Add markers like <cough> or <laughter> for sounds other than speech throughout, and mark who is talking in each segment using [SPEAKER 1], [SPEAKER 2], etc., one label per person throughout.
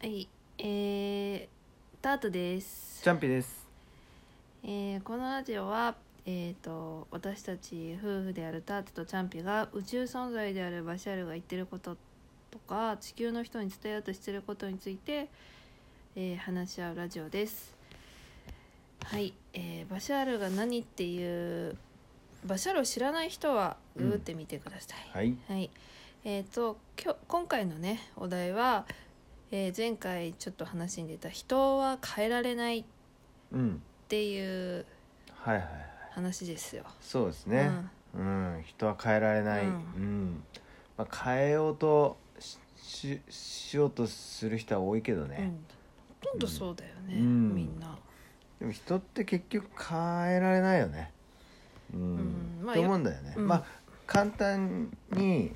[SPEAKER 1] はい、えー、タートです。
[SPEAKER 2] ジャンピです。
[SPEAKER 1] えーこのラジオは、えー、と私たち夫婦であるタートとチャンピが宇宙存在であるバシャールが言ってることとか地球の人に伝えようとしてることについて、えー話し合うラジオです。はい、えーバシャールが何っていうバシャールを知らない人はグーって見てください。
[SPEAKER 2] はい。
[SPEAKER 1] はい、えっ、と今日今回のねお題は、えー前回ちょっと話に出た人は変えられないっ
[SPEAKER 2] うん。
[SPEAKER 1] ていう
[SPEAKER 2] はいはいはい。
[SPEAKER 1] 話ですよ。
[SPEAKER 2] そうですね。うん、人は変えられない。
[SPEAKER 1] う
[SPEAKER 2] うんん。まあ、変えようとしししようとする人は多いけど
[SPEAKER 1] うん、うん
[SPEAKER 2] ね。、
[SPEAKER 1] ほとんどそうだよね、
[SPEAKER 2] うん
[SPEAKER 1] みんな。
[SPEAKER 2] でも人って結局変えられないよね。うん。
[SPEAKER 1] うんまあ
[SPEAKER 2] と思うんだよね。
[SPEAKER 1] うん
[SPEAKER 2] まあ簡単に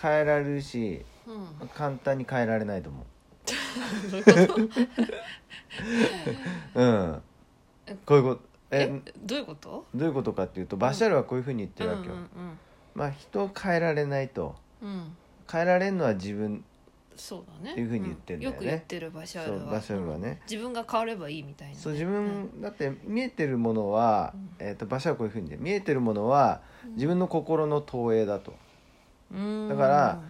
[SPEAKER 2] 変えられるし、
[SPEAKER 1] うん、
[SPEAKER 2] 簡単に変えられないと思う。
[SPEAKER 1] どういうこと
[SPEAKER 2] うん
[SPEAKER 1] え。
[SPEAKER 2] こういうこと。 <laughs> え
[SPEAKER 1] え <laughs> どういうこと
[SPEAKER 2] どういうことかっていうとバシャルはこういうふうに言ってるわけよ、
[SPEAKER 1] うんうん
[SPEAKER 2] まあ人を変えられないと
[SPEAKER 1] うん、うん、
[SPEAKER 2] 変えられるのは自分
[SPEAKER 1] そうだね。
[SPEAKER 2] っていうふうに言ってんだよね
[SPEAKER 1] うよく言ってるバシャール
[SPEAKER 2] そう
[SPEAKER 1] は。
[SPEAKER 2] バシャールはね
[SPEAKER 1] 自分が変わればいいみたいな。
[SPEAKER 2] そう自分だって見えてるものは、
[SPEAKER 1] う
[SPEAKER 2] えー、と場所はこういうふうにね見えてるものは自分の心の投影だと
[SPEAKER 1] うん
[SPEAKER 2] だから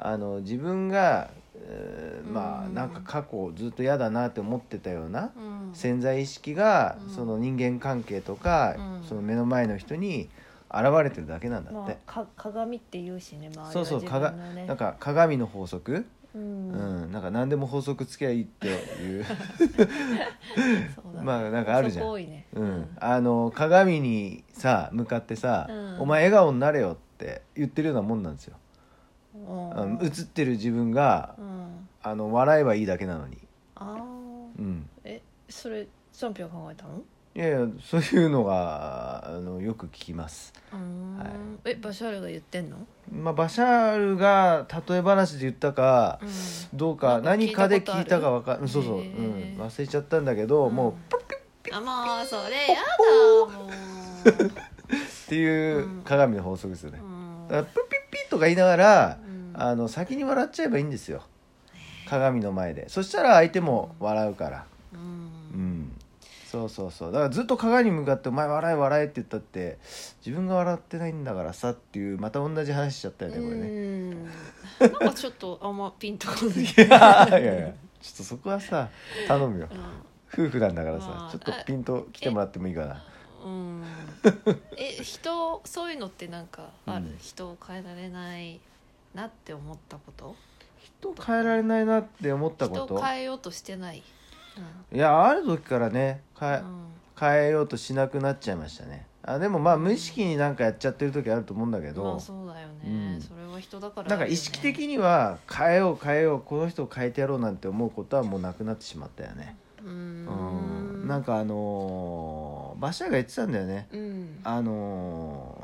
[SPEAKER 2] あの自分が、えーまあ
[SPEAKER 1] うん
[SPEAKER 2] なんか過去をずっと嫌だなって思ってたような
[SPEAKER 1] うん、
[SPEAKER 2] 潜在意識が
[SPEAKER 1] うん
[SPEAKER 2] その人間関係とか
[SPEAKER 1] うん
[SPEAKER 2] その目の前の人に現れてるだけなんだっ
[SPEAKER 3] まあ
[SPEAKER 2] て、
[SPEAKER 3] か鏡って言うしね周りは
[SPEAKER 2] そうそう
[SPEAKER 3] 自分のね
[SPEAKER 2] なんか鏡の法則、
[SPEAKER 3] うん
[SPEAKER 2] うん、なんか何でも法則つけばいいっていう
[SPEAKER 3] そうだね
[SPEAKER 2] <laughs> まあなんかあるじゃん
[SPEAKER 3] そこ多いね
[SPEAKER 2] うん、あの鏡にさ向かってさ、
[SPEAKER 3] うん
[SPEAKER 2] お前笑顔になれよ」って言ってるようなもんなんですよ、
[SPEAKER 3] うん
[SPEAKER 2] うん、映ってる自分が
[SPEAKER 3] うん
[SPEAKER 2] あの笑えばいいだけなのに、
[SPEAKER 3] ああ
[SPEAKER 2] うん、
[SPEAKER 3] えそれチャンピオン考えたの
[SPEAKER 2] いやいやそういうのがあのよく聞きます、
[SPEAKER 3] うーん、
[SPEAKER 2] はい
[SPEAKER 3] えバシャールが言ってんの
[SPEAKER 2] まあ、バシャールが例え話で言ったか
[SPEAKER 3] うん
[SPEAKER 2] どう
[SPEAKER 3] な
[SPEAKER 2] か
[SPEAKER 3] んか
[SPEAKER 2] 何
[SPEAKER 3] 聞いたこと
[SPEAKER 2] かで聞いたかわか
[SPEAKER 3] あ
[SPEAKER 2] ん
[SPEAKER 3] る
[SPEAKER 2] そうそう、う
[SPEAKER 3] へー
[SPEAKER 2] ん、忘れちゃったんだけど、もうっ
[SPEAKER 3] あもうそれやだもう
[SPEAKER 2] ていううん鏡の法則ですよね、
[SPEAKER 3] うん
[SPEAKER 2] だからプッピッピッとか言いながら、 <laughs>
[SPEAKER 3] うん
[SPEAKER 2] あの先に笑っちゃえばいいんですよ鏡の前でそしたら相手も笑うから
[SPEAKER 3] う
[SPEAKER 2] うんんそうそうそうだからずっと鏡に向かって「お前笑え笑え」って言ったって自分が笑ってないんだからさっていうまた同じ話しちゃったよねこれ
[SPEAKER 3] う
[SPEAKER 2] ね <laughs>
[SPEAKER 3] んなんかちょっとあんまピンとこない
[SPEAKER 2] いやいやいやちょっとそこはさ頼むよ夫婦なんだから
[SPEAKER 3] ま
[SPEAKER 2] さ
[SPEAKER 3] あ
[SPEAKER 2] ちょっとピンと来てもらってもいいかな
[SPEAKER 3] うん、うん、え人そういうのってなんかある、
[SPEAKER 2] うん
[SPEAKER 3] 人を変えられないなって思ったこと
[SPEAKER 2] 人変えられないなって思ったこ
[SPEAKER 3] 人を
[SPEAKER 2] と
[SPEAKER 3] 変えようとしてない、
[SPEAKER 2] いやある時からね変
[SPEAKER 3] う
[SPEAKER 2] え
[SPEAKER 3] ん
[SPEAKER 2] 変えようとしなくなっちゃいましたねあでもまあ無意識になんかやっちゃってる時あると思うんだけ
[SPEAKER 3] うん、まあ
[SPEAKER 2] ど、
[SPEAKER 3] そうだよね、
[SPEAKER 2] うん
[SPEAKER 3] それは人だから
[SPEAKER 2] なんか意識的には変えよう変えようこの人を変えてやろうなんて思うことはもうなくなってしまったよね
[SPEAKER 3] うー
[SPEAKER 2] うんんなんかあのー、馬車が言ってたんだよね
[SPEAKER 3] うん
[SPEAKER 2] あの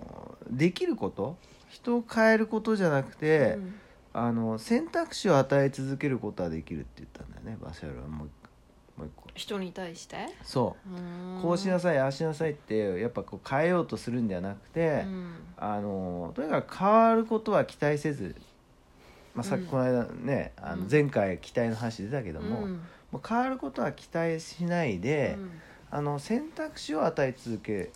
[SPEAKER 2] ー、できること人を変えることじゃなくて、
[SPEAKER 3] うん
[SPEAKER 2] あの選択肢を与え続けることはできるって言ったんだよね馬車はもう一個もう一個
[SPEAKER 3] 人に対して
[SPEAKER 2] そうこうしな
[SPEAKER 3] さ
[SPEAKER 2] さいああしなさいってやっぱこう変えようとするんではなくて、
[SPEAKER 3] うん
[SPEAKER 2] あのとにかく変わることは期待せず、まあ、さっき
[SPEAKER 3] うん
[SPEAKER 2] この間ね、あ
[SPEAKER 3] う
[SPEAKER 2] の
[SPEAKER 3] ん
[SPEAKER 2] 前回期待の話出たけど
[SPEAKER 3] う
[SPEAKER 2] も,、
[SPEAKER 3] ん
[SPEAKER 2] もう変わることは期待しないで、あの選択肢を与え続け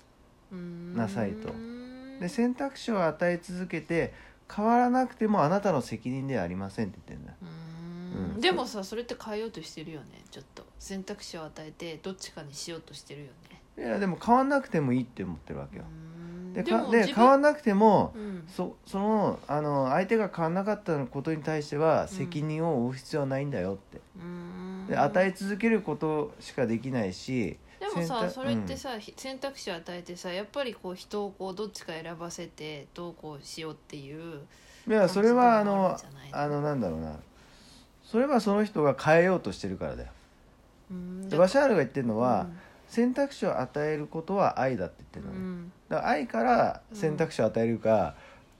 [SPEAKER 3] うん
[SPEAKER 2] なさいと
[SPEAKER 3] うん
[SPEAKER 2] で選択肢を与え続けて変わらなくてもあなたの責任ではありませんって言ってんだ
[SPEAKER 3] う
[SPEAKER 2] うんん
[SPEAKER 3] でもさそれって変えようとしてるよねちょっと選択肢を与えてどっちかにしようとしてるよね
[SPEAKER 2] いやでも変わらなくてもいいって思ってるわけよ。
[SPEAKER 3] うん
[SPEAKER 2] でか
[SPEAKER 3] も
[SPEAKER 2] で
[SPEAKER 3] 自分
[SPEAKER 2] 変わらなくても、
[SPEAKER 3] うん
[SPEAKER 2] そそのあの相手が変わらなかったことに対しては責任を負う必要はないんだよって、
[SPEAKER 3] うん
[SPEAKER 2] で与え続けることしかできないし、
[SPEAKER 3] でもさ
[SPEAKER 2] 選択
[SPEAKER 3] それってさ、ひ選択肢を与えてさやっぱりこう人をこうどっちか選ばせてどうこうしようっていう
[SPEAKER 2] いやそれはあの
[SPEAKER 3] 感じでもある
[SPEAKER 2] あ
[SPEAKER 3] んじゃないの
[SPEAKER 2] のなんだろうなそれはその人が変えようとしてるからだよ
[SPEAKER 3] うん
[SPEAKER 2] で
[SPEAKER 3] だ
[SPEAKER 2] バシャールが言ってるのは、
[SPEAKER 3] うん
[SPEAKER 2] 選択肢を与えることは愛だって言ってるのね、
[SPEAKER 3] うん
[SPEAKER 2] だから愛から選択肢を与えるか、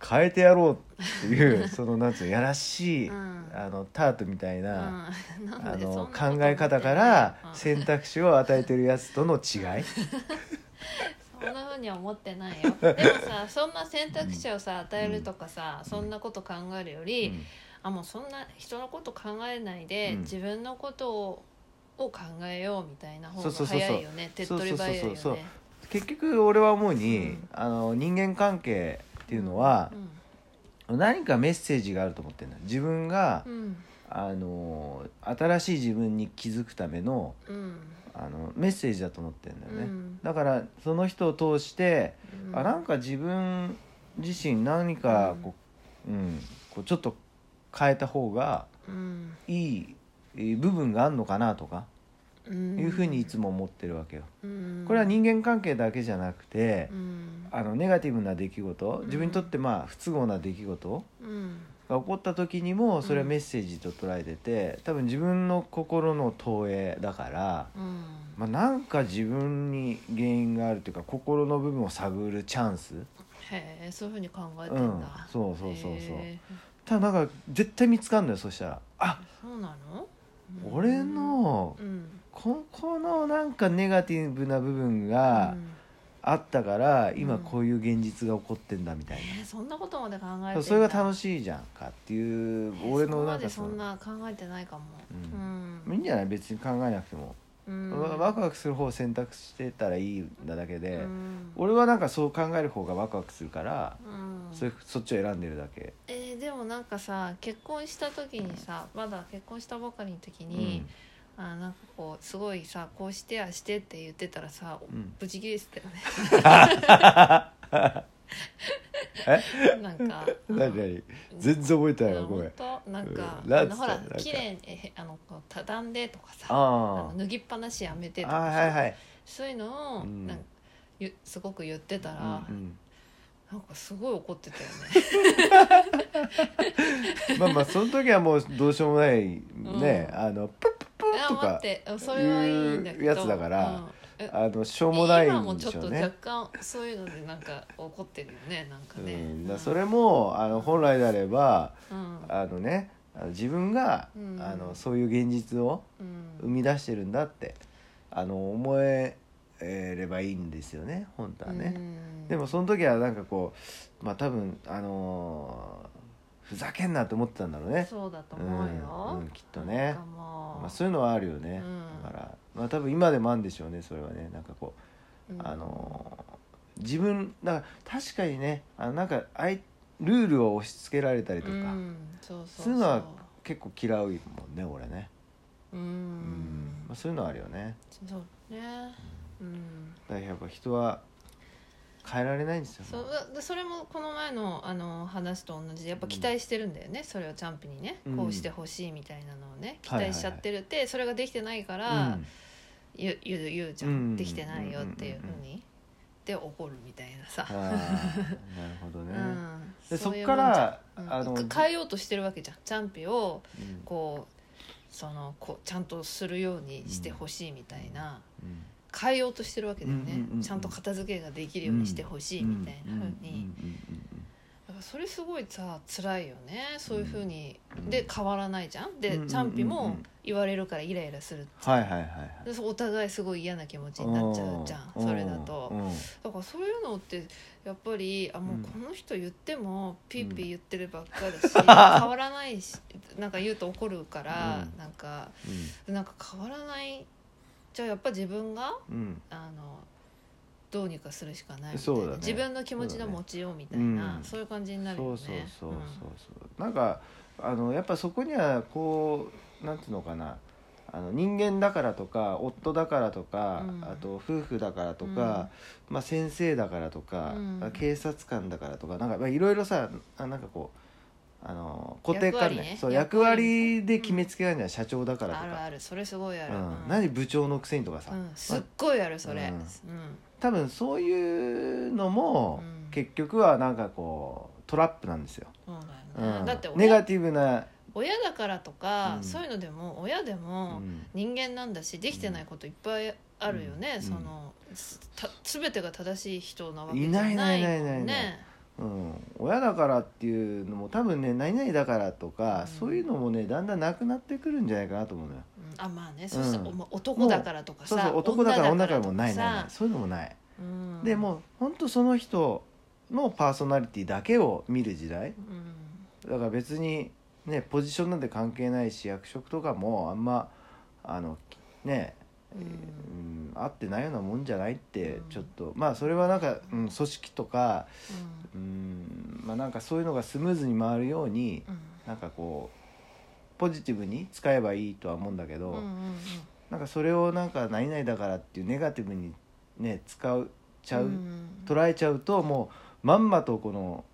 [SPEAKER 2] 変えてやろうっていうそのなんつうのやらしい、
[SPEAKER 3] うん
[SPEAKER 2] あのタートみたいな、
[SPEAKER 3] うん <laughs> な
[SPEAKER 2] あ
[SPEAKER 3] んでそんな
[SPEAKER 2] の
[SPEAKER 3] こと
[SPEAKER 2] 考え方から
[SPEAKER 3] うん
[SPEAKER 2] 選択肢を与えてるやつとの違い、
[SPEAKER 3] そんなふうには思ってない
[SPEAKER 2] <laughs>
[SPEAKER 3] よでもさそんな選択肢をさ与えるとかさ、そんなこと考えるより、
[SPEAKER 2] うん
[SPEAKER 3] あもうそんな人のこと考えないで、
[SPEAKER 2] うん
[SPEAKER 3] 自分のことをを考えようみたいな方
[SPEAKER 2] そう
[SPEAKER 3] が
[SPEAKER 2] そうそうそう
[SPEAKER 3] 早いよね手っ取り早いよね。
[SPEAKER 2] そうそうそうそう結局俺は思うに、
[SPEAKER 3] うん
[SPEAKER 2] あの人間関係っていうのは
[SPEAKER 3] う、ん
[SPEAKER 2] 何かメッセージがあると思ってるんだよ自分が、
[SPEAKER 3] うん
[SPEAKER 2] あの新しい自分に気づくための
[SPEAKER 3] うん
[SPEAKER 2] あのメッセージだと思ってるんだよね、
[SPEAKER 3] うん
[SPEAKER 2] だからその人を通して、
[SPEAKER 3] うん
[SPEAKER 2] あなんか自分自身何かこう、うんこうちょっと変えた方が
[SPEAKER 3] うん
[SPEAKER 2] いいえー部分があるのかなとか
[SPEAKER 3] うん
[SPEAKER 2] いうふうにいつも思ってるわけよ。
[SPEAKER 3] うん
[SPEAKER 2] これは人間関係だけじゃなくて、
[SPEAKER 3] うん
[SPEAKER 2] あのネガティブな出来事
[SPEAKER 3] ん
[SPEAKER 2] 自分にとってまあ不都合な出来事
[SPEAKER 3] うん
[SPEAKER 2] が起こった時にもそれはメッセージと捉えてて多分自分の心の投影だから、
[SPEAKER 3] うん
[SPEAKER 2] まあ、なんか自分に原因があるというか心の部分を探るチャンス
[SPEAKER 3] へえそういうふうに考えてんだ、
[SPEAKER 2] うんそうそうそうそう
[SPEAKER 3] へえ
[SPEAKER 2] ただなんか絶対見つかんのよそしたらあ
[SPEAKER 3] そうなのうん
[SPEAKER 2] 俺の
[SPEAKER 3] うん
[SPEAKER 2] ここのなんかネガティブな部分が
[SPEAKER 3] うん
[SPEAKER 2] あったから
[SPEAKER 3] ん
[SPEAKER 2] 今こういう現実が起こってんだみたい
[SPEAKER 3] えーそんなことまで考え
[SPEAKER 2] な、
[SPEAKER 3] てんだ
[SPEAKER 2] それが楽しいじゃんかっていう俺のなんか
[SPEAKER 3] そ
[SPEAKER 2] そ
[SPEAKER 3] こまでそん
[SPEAKER 2] の
[SPEAKER 3] な考えてないかも
[SPEAKER 2] う
[SPEAKER 3] うん
[SPEAKER 2] いいんじゃない別に考えなくても、
[SPEAKER 3] うん
[SPEAKER 2] わワクワクする方を選択してたらいいんだだけで、
[SPEAKER 3] うん
[SPEAKER 2] 俺はなんかそう考える方がワクワクするから、
[SPEAKER 3] うん
[SPEAKER 2] それそっちを選んでるだけ、
[SPEAKER 3] えーでもなんかさ結婚した時にさまだ結婚したばかりの時
[SPEAKER 2] う
[SPEAKER 3] に
[SPEAKER 2] ん、
[SPEAKER 3] あなんかこうすごいさこうしてあしてって言ってたらさ
[SPEAKER 2] うん
[SPEAKER 3] ブチギレしてたよね
[SPEAKER 2] <laughs> え
[SPEAKER 3] なんか
[SPEAKER 2] 何何全然覚えてないわごめん
[SPEAKER 3] 本当なんか、
[SPEAKER 2] うんなんつ
[SPEAKER 3] あの
[SPEAKER 2] った
[SPEAKER 3] ほら
[SPEAKER 2] なんか
[SPEAKER 3] 綺麗にえあのこう畳んでとかさ
[SPEAKER 2] あ
[SPEAKER 3] あの脱ぎっぱなしやめて
[SPEAKER 2] あ
[SPEAKER 3] と
[SPEAKER 2] あ
[SPEAKER 3] かさ、
[SPEAKER 2] はいはい
[SPEAKER 3] そういうのを、
[SPEAKER 2] うん
[SPEAKER 3] なんかゆすごく言ってたら、
[SPEAKER 2] うん
[SPEAKER 3] なんかすごい怒ってたよね。
[SPEAKER 2] <laughs> うんまあまあその時はもうどうしようもないね、
[SPEAKER 3] うん
[SPEAKER 2] あのプップップッ
[SPEAKER 3] あ
[SPEAKER 2] と
[SPEAKER 3] 待
[SPEAKER 2] か
[SPEAKER 3] ってそれはいいんだけど
[SPEAKER 2] いうやつだから
[SPEAKER 3] うんえ
[SPEAKER 2] あのしょうもない
[SPEAKER 3] 今
[SPEAKER 2] ん
[SPEAKER 3] も
[SPEAKER 2] で
[SPEAKER 3] ちょっ
[SPEAKER 2] しょ
[SPEAKER 3] と
[SPEAKER 2] う
[SPEAKER 3] 若
[SPEAKER 2] ね。
[SPEAKER 3] 干そういうのでなんか怒ってるよねなんか
[SPEAKER 2] う
[SPEAKER 3] ね、
[SPEAKER 2] ん、
[SPEAKER 3] う
[SPEAKER 2] だ
[SPEAKER 3] ん
[SPEAKER 2] それもあの本来であれば
[SPEAKER 3] うん
[SPEAKER 2] あのねあの自分が、
[SPEAKER 3] うん
[SPEAKER 2] あのそういう現実を
[SPEAKER 3] うん
[SPEAKER 2] 生み出してるんだってあの思えればいいんですよね本当はね。
[SPEAKER 3] うん
[SPEAKER 2] でもその時はなんかこうまあ多分あのーふざけんなって思ってたんだろうね
[SPEAKER 3] そうだと思うよ、
[SPEAKER 2] うんうんきっと
[SPEAKER 3] な
[SPEAKER 2] ね
[SPEAKER 3] んかもう
[SPEAKER 2] まあ、そういうのはあるよね、
[SPEAKER 3] うん
[SPEAKER 2] だからまあ多分今でもあるんでしょうねそれはねなんかこう、
[SPEAKER 3] うん
[SPEAKER 2] あのー自分だから確かにねあのなんかあいルールを押し付けられたりとか、
[SPEAKER 3] うん、そうそう
[SPEAKER 2] そういうのは結構嫌うもんね俺ね、
[SPEAKER 3] うん、
[SPEAKER 2] うんまあ、そういうのはあるよね
[SPEAKER 3] そうねうん
[SPEAKER 2] だからやっぱ人は変えられないんですよ
[SPEAKER 3] そうだそれもこの前のあの話と同じでやっぱ期待してるんだよね、それをチャンプにね
[SPEAKER 2] うん
[SPEAKER 3] こうしてほしいみたいなのをね期
[SPEAKER 2] はいはいはい
[SPEAKER 3] 待しちゃってるって、それができてないか
[SPEAKER 2] う
[SPEAKER 3] ら、
[SPEAKER 2] ん
[SPEAKER 3] ゆゆゆうちゃ
[SPEAKER 2] うんん
[SPEAKER 3] できてないよっていうふうにで怒るみたいなさ
[SPEAKER 2] あ、ーなるほど
[SPEAKER 3] う
[SPEAKER 2] ね、
[SPEAKER 3] ん、
[SPEAKER 2] でそう
[SPEAKER 3] い
[SPEAKER 2] っ
[SPEAKER 3] う
[SPEAKER 2] か
[SPEAKER 3] もんじゃ
[SPEAKER 2] ら、
[SPEAKER 3] んうん
[SPEAKER 2] あの
[SPEAKER 3] か変えようとしてるわけじゃんチャンピを
[SPEAKER 2] うん
[SPEAKER 3] こうそのこうちゃんとするようにしてほしいみたいな、
[SPEAKER 2] うん
[SPEAKER 3] 変えようとしてるわけだよね、
[SPEAKER 2] うんうんうんうん
[SPEAKER 3] ちゃんと片付けができるようにしてほしいみたいなふうに、
[SPEAKER 2] うんうん
[SPEAKER 3] だからそれすごいさ辛いよねそういうふうに、
[SPEAKER 2] うん
[SPEAKER 3] で変わらないじゃんで、
[SPEAKER 2] うん
[SPEAKER 3] チャンピ
[SPEAKER 2] うんうん
[SPEAKER 3] も
[SPEAKER 2] うん
[SPEAKER 3] 言われるからイライラする
[SPEAKER 2] はいはいはいはい
[SPEAKER 3] でそうお互いすごい嫌な気持ちになっちゃうじゃん
[SPEAKER 2] うん
[SPEAKER 3] それだと
[SPEAKER 2] うん
[SPEAKER 3] だからそういうのってやっぱりあも
[SPEAKER 2] うん
[SPEAKER 3] うこの人言ってもピーピー言ってるばっかだ
[SPEAKER 2] <laughs>
[SPEAKER 3] し、変わらないしなんか言うと怒るから、
[SPEAKER 2] うん
[SPEAKER 3] なんかなんか変わらないじゃあやっぱ自分が
[SPEAKER 2] うん
[SPEAKER 3] あのどうにかするしかないみたいな
[SPEAKER 2] そうだね
[SPEAKER 3] 自分の気持ちの持ちようみたい
[SPEAKER 2] そうだ
[SPEAKER 3] な
[SPEAKER 2] ね
[SPEAKER 3] そう,、いう感じに
[SPEAKER 2] う
[SPEAKER 3] なんる
[SPEAKER 2] そ
[SPEAKER 3] よね
[SPEAKER 2] うそうそうそうそうなんかあのやっぱそこにはこうなんていうのかなあの人間だからとか夫だからとか、
[SPEAKER 3] うん
[SPEAKER 2] あと夫婦だからとか、まあ、先生だからとか、
[SPEAKER 3] うん
[SPEAKER 2] 警察官だからとかなんかまあいろいろさあなんかこうあの固定観
[SPEAKER 3] 役
[SPEAKER 2] 念
[SPEAKER 3] 割ね
[SPEAKER 2] そう
[SPEAKER 3] 役
[SPEAKER 2] 役
[SPEAKER 3] 割
[SPEAKER 2] 割で決めつけられない、社長だからと
[SPEAKER 3] ある
[SPEAKER 2] か、
[SPEAKER 3] あるそれすごいある、
[SPEAKER 2] うん
[SPEAKER 3] うん
[SPEAKER 2] 何部長のくせにとかさ、
[SPEAKER 3] うんすっごいあるそれ、
[SPEAKER 2] うん
[SPEAKER 3] うん
[SPEAKER 2] 多分そういうのも
[SPEAKER 3] うん
[SPEAKER 2] 結局はなんかこうトラップなんですよ、
[SPEAKER 3] そう
[SPEAKER 2] う
[SPEAKER 3] だよね
[SPEAKER 2] ん
[SPEAKER 3] だって親
[SPEAKER 2] ネガティブな、
[SPEAKER 3] 親だからとか、
[SPEAKER 2] うん
[SPEAKER 3] そういうのでも親で
[SPEAKER 2] う
[SPEAKER 3] も
[SPEAKER 2] ん
[SPEAKER 3] 人間なんだしできてないこといっぱいあるよね、
[SPEAKER 2] うん
[SPEAKER 3] そのすた全てが正しい人なわけ
[SPEAKER 2] い
[SPEAKER 3] じゃ
[SPEAKER 2] ないい
[SPEAKER 3] な
[SPEAKER 2] ないい
[SPEAKER 3] もん
[SPEAKER 2] いないいないいない
[SPEAKER 3] ね
[SPEAKER 2] うん親だからっていうのも多分ね何々だからとか、
[SPEAKER 3] うん
[SPEAKER 2] そういうのもねだんだんなくなってくるんじゃないかなと思うのよ
[SPEAKER 3] うんあまあねそして、
[SPEAKER 2] うん
[SPEAKER 3] まあ男だからとかさ
[SPEAKER 2] そうそう男だから女だからも
[SPEAKER 3] と
[SPEAKER 2] う
[SPEAKER 3] か
[SPEAKER 2] ない
[SPEAKER 3] さ
[SPEAKER 2] ないないそういうのもない、
[SPEAKER 3] うん
[SPEAKER 2] でもうほんとその人のパーソナリティだけを見る時代
[SPEAKER 3] うん
[SPEAKER 2] だから別にね、ポジションなんて関係ないし役職とかもあんまあのねうん、合ってないようなもんじゃないって
[SPEAKER 3] うん
[SPEAKER 2] ちょっと、まあそれはなんか、うん、組織とかうんまあなんかそういうのがスムーズに回るようになんかこうポジティブに使えばいいとは思うんだけど、なんかそれをなんか何々だからっていうネガティブにね使うちゃう、捉えちゃうともうまんまとこの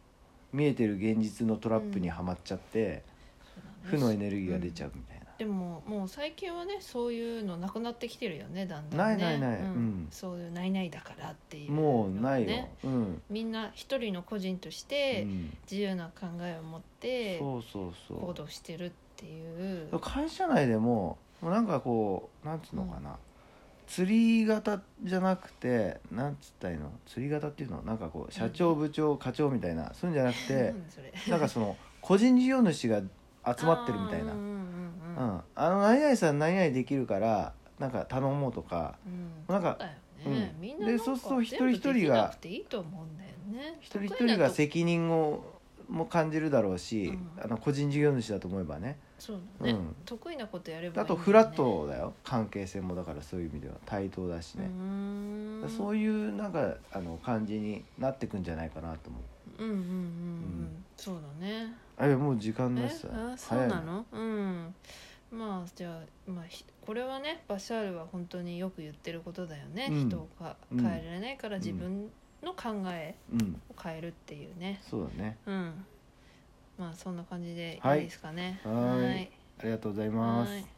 [SPEAKER 2] 見えてる現実のトラップにはまっちゃって、負のエネルギーが出ちゃうみたいな。
[SPEAKER 3] でももう最近はねそういうのなくなってきてるよねだんだんね
[SPEAKER 2] ないないない
[SPEAKER 3] うん
[SPEAKER 2] うん
[SPEAKER 3] そういうないないだからっていう
[SPEAKER 2] もうないよ、
[SPEAKER 3] ね
[SPEAKER 2] うん、
[SPEAKER 3] みんな一人の個人とし
[SPEAKER 2] う
[SPEAKER 3] て
[SPEAKER 2] ん
[SPEAKER 3] 自由な考えを持って
[SPEAKER 2] そうそうそう
[SPEAKER 3] 行動してるっていう
[SPEAKER 2] 会社内でももうなんかこうなんつうのかな、釣り型じゃなくてなんつったらいいの釣り型っていうのなんかこう社長部長課長みたいなそういうんじゃなくて
[SPEAKER 3] 何それ
[SPEAKER 2] なんかその個人事業主が集まってるみたい
[SPEAKER 3] あ
[SPEAKER 2] な
[SPEAKER 3] ーう
[SPEAKER 2] う
[SPEAKER 3] う
[SPEAKER 2] んん
[SPEAKER 3] んうんうん
[SPEAKER 2] あの何々さん何々できるからなんか頼もうとか
[SPEAKER 3] うん
[SPEAKER 2] なんか
[SPEAKER 3] そうだよね
[SPEAKER 2] うん
[SPEAKER 3] みんななん
[SPEAKER 2] で
[SPEAKER 3] か
[SPEAKER 2] そうすると一人一
[SPEAKER 3] 全
[SPEAKER 2] 人が
[SPEAKER 3] 部できなくていいと思うんだよね
[SPEAKER 2] 一人一人が
[SPEAKER 3] 得意なとこ
[SPEAKER 2] 責任をも感じるだろうし、
[SPEAKER 3] うん
[SPEAKER 2] あの個人事業主だと思えばね
[SPEAKER 3] そうだね、
[SPEAKER 2] うん
[SPEAKER 3] 得意なことやればいいんだ
[SPEAKER 2] あと
[SPEAKER 3] よね
[SPEAKER 2] フラットだよ関係性もだからそういう意味では対等だしね、
[SPEAKER 3] ね
[SPEAKER 2] そ
[SPEAKER 3] いう
[SPEAKER 2] いうなんかあの感じになってくんじゃないかなと思う。
[SPEAKER 3] うんうんうん、うん
[SPEAKER 2] ん
[SPEAKER 3] そうだね
[SPEAKER 2] あいやもう時間
[SPEAKER 3] え
[SPEAKER 2] だしさ
[SPEAKER 3] あそうな
[SPEAKER 2] 早い
[SPEAKER 3] のうんまあじゃあ,、まあ、ひこれはねバシャールは本当によく言ってることだよね、
[SPEAKER 2] うん
[SPEAKER 3] 人をか
[SPEAKER 2] うん
[SPEAKER 3] 変えられないから自分の考え
[SPEAKER 2] うん
[SPEAKER 3] を変えるっていうね
[SPEAKER 2] そうだね
[SPEAKER 3] うんまあそんな感じで
[SPEAKER 2] はい
[SPEAKER 3] いいですかね
[SPEAKER 2] はーいありがとうございます
[SPEAKER 3] はーい